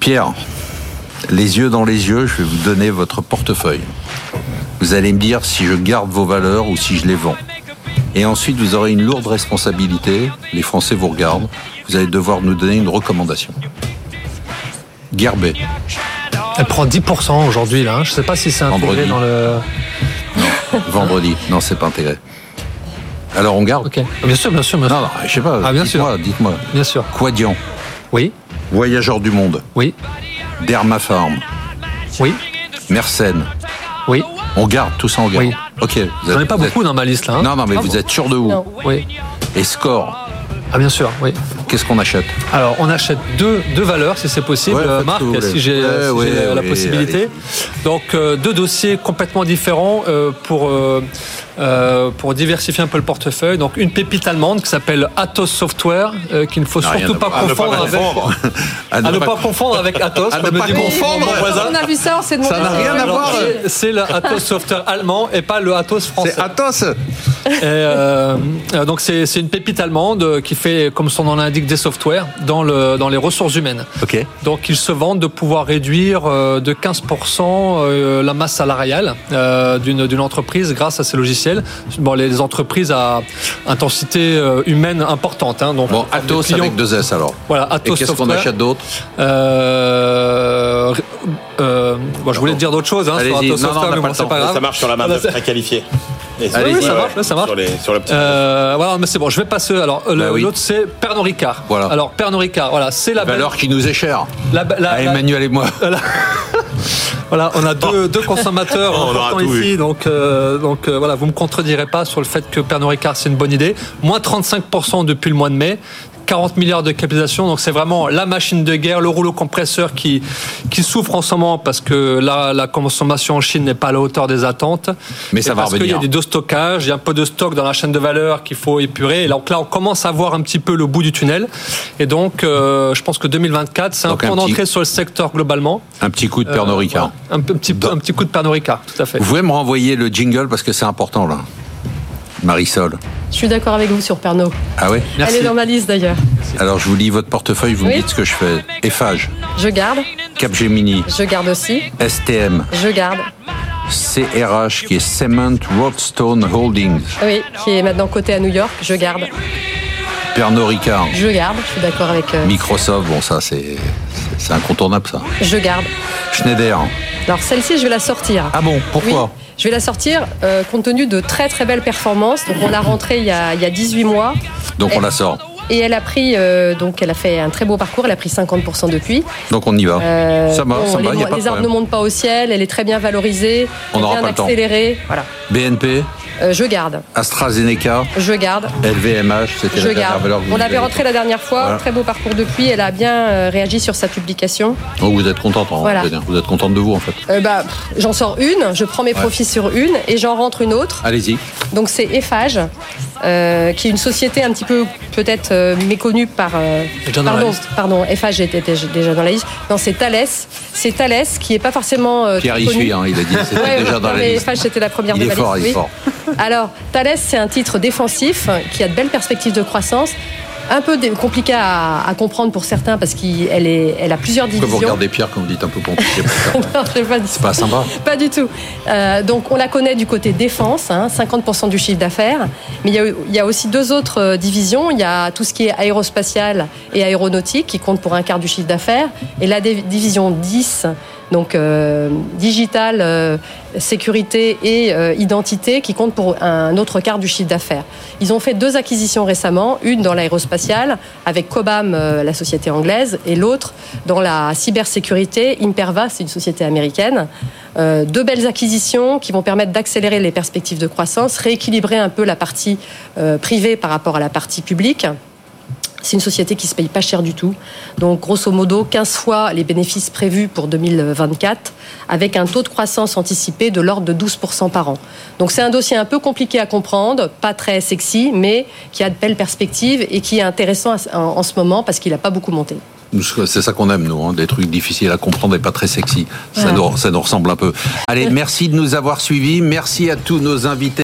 Pierre, les yeux dans les yeux, je vais vous donner votre portefeuille. Vous allez me dire si je garde vos valeurs ou si je les vends. Et ensuite, vous aurez une lourde responsabilité. Les Français vous regardent. Vous allez devoir nous donner une recommandation. Gerbet. Elle prend 10% aujourd'hui, là. hein. Je sais pas si c'est intégré Vendredi. dans le. Non, vendredi. Non, c'est pas intégré. Alors on garde Ok. Bien sûr, bien sûr, bien sûr. Non, non, je sais pas. Ah, bien dites-moi, dites-moi. Bien sûr. Quadian, Oui, Voyageur du Monde, oui, Dermafarm, oui, Mersenne. oui. On garde, tout ça on garde. Oui. Ok. vous J'en ai êtes- pas vous beaucoup êtes- dans ma liste, là. hein. Non, non, mais Ah vous bon. êtes sûr de vous. Non. Oui. Et score, Ah, bien sûr, oui. qu'est-ce qu'on achète Alors, on achète deux, deux valeurs, si c'est possible, Ouais, faites euh, ce Marc, que vous voulez. si j'ai Ouais, euh, si ouais, j'ai la, la ouais, possibilité. allez. Donc, euh, deux dossiers complètement différents euh, pour, euh, euh, pour diversifier un peu le portefeuille. Donc, une pépite allemande qui s'appelle Atos Software, euh, qu'il ne faut Ah, rien surtout à pas voir. confondre À ne avec... pas confondre. À À ne pas confondre avec Atos, À comme ne le pas dit mon- confondre. mon voisin. On a vu ça, on s'est demandé. Ça n'a si rien à c'était voir. euh. vrai. Ah, C'est le Atos Software allemand et pas le Atos français. C'est Atos Et, euh, euh, donc c'est c'est une pépite allemande euh, qui fait, comme son nom l'indique, des softwares dans, le, dans les ressources humaines. Ok. Donc ils se vantent de pouvoir réduire euh, de 15% euh, la masse salariale euh, d'une d'une entreprise grâce à ces logiciels. Bon, les entreprises à intensité euh, humaine importante. Hein, donc Bon, en termes de Atos clients. avec deux S alors. Voilà, Et Atos qu'est-ce qu'on Software. achète d'autre Euh, euh, bon, je voulais dire d'autres choses hein, sur Allez-y. Atos Non, non, Software, on n'a mais pas bon, le c'est temps. pas grave. Ça marche sur la main Ah, d'œuvre bah, très qualifiée. Et Allez-y. Oui, sur- ça marche, oui, ça marche. Sur, les- sur le petit. Euh, voilà, mais c'est bon, je vais passer. Alors, euh, le- Bah oui. l'autre, c'est Pernod Ricard. Voilà. Alors, Pernod Ricard, voilà, c'est la belle. Valeur qui nous est chère. La, la- la- À Emmanuel et moi. voilà, on a deux, deux consommateurs Ah, On aura importants tout ici, eu. donc, euh, donc euh, voilà, vous me contredirez pas sur le fait que Pernod Ricard, c'est une bonne idée. Moins 35% depuis le mois de mai. 40 milliards de capitalisation, donc c'est vraiment la machine de guerre, le rouleau compresseur qui, qui souffre en ce moment parce que la, la consommation en Chine n'est pas à la hauteur des attentes. Mais ça Et va parce qu'il y revenir. a des deux stockages, il y a un peu de stock dans la chaîne de valeur qu'il faut épurer. Et donc là, on commence à voir un petit peu le bout du tunnel. Et donc, euh, je pense que 2024, c'est un Donc un point petit- d'entrée sur le secteur globalement. Un petit coup de Euh, Pernod Ricard. voilà. Un, peu- petit, peu- un petit coup de Pernod Ricard, tout à fait. Vous pouvez me renvoyer le jingle parce que c'est important là. Marisol. Je suis d'accord avec vous sur Pernod. Ah ouais Merci. Elle est dans ma liste d'ailleurs. Alors je vous lis votre portefeuille, vous me Oui. dites ce que je fais. Eiffage, Je garde, Capgemini, je garde aussi, STM, je garde. CRH qui est Cement Roadstone Holdings, Oui, qui est maintenant coté à New York, je garde, Pernod Ricard, je garde. Je suis d'accord avec. euh, Microsoft, bon ça c'est c'est- c'est incontournable ça. je garde. Schneider. Alors celle-ci, je vais la sortir. Ah bon, pourquoi Oui, je vais la sortir euh, compte tenu de très très belles performances. Donc on l'a rentrée il y a, il y a 18 mois Donc on la sort. et elle a pris euh, donc elle a fait un très beau parcours. Elle a pris 50% depuis. Donc on y va. Euh, ça va, bon, ça les, va, il n'y a pas de les arbres ne problème. montent pas au ciel. Elle est très bien valorisée. On n'aura bien pas le temps. accélérée. Voilà. BNP, Euh, je garde. AstraZeneca, Je garde. LVMH, c'était la Je dernière garde. valeur que vous On nous l'avait avez. rentrée la dernière fois. Voilà. Très beau parcours depuis. Elle a bien euh, réagi sur sa publication. Oh, vous êtes contente, hein, Voilà. je veux dire. vous êtes contente de vous en fait. Euh, bah, pff, j'en sors une. Je prends mes profits sur une et j'en rentre une autre. Allez-y. Donc c'est Eiffage, euh, qui est une société un petit peu peut-être euh, méconnue par. euh, Déjà dans la pardon, liste. pardon, Eiffage était déjà- déjà dans la liste. Non, c'est Thales. C'est Thales qui est pas forcément. euh, Pierre très y connu. suit, hein, il a dit, c'était Ouais, déjà ouais, dans non, la mais liste. Eiffage, c'était la première Il de est ma fort, liste, il est oui. fort. Alors, Thales, c'est un titre défensif euh, qui a de belles perspectives de croissance. Un peu dé- compliqué à, à comprendre pour certains parce qu'elle est, elle a plusieurs Pourquoi vous divisions. regardez Pierre quand vous dites un peu compliqué pour ça Non, je l'ai pas dit. C'est pas sympa. Pas du tout. Euh, donc on la connaît du côté défense, hein, 50% du chiffre d'affaires. Mais il y, a, il y a aussi deux autres euh, divisions. Il y a tout ce qui est aérospatial et aéronautique qui compte pour un quart du chiffre d'affaires. Et la dé- division 10, donc euh, digital, euh, sécurité et euh, identité qui compte pour un autre quart du chiffre d'affaires. Ils ont fait deux acquisitions récemment, une dans l'aérospatiale avec Cobham, euh, la société anglaise, et l'autre dans la cybersécurité, Imperva, c'est une société américaine. Euh, deux belles acquisitions qui vont permettre d'accélérer les perspectives de croissance, rééquilibrer un peu la partie euh, privée par rapport à la partie publique. C'est une société qui se paye pas cher du tout. Donc, grosso modo, 15 fois les bénéfices prévus pour 2024, avec un taux de croissance anticipé de l'ordre de 12% par an. Donc, c'est un dossier un peu compliqué à comprendre, pas très sexy, mais qui a de belles perspectives et qui est intéressant à- en, en ce moment parce qu'il n'a pas beaucoup monté. Nous, C'est ça qu'on aime, nous, hein, des trucs difficiles à comprendre et pas très sexy. Ça, Ouais. nous, ça nous ressemble un peu. Allez, merci de nous avoir suivis. Merci à tous nos invités.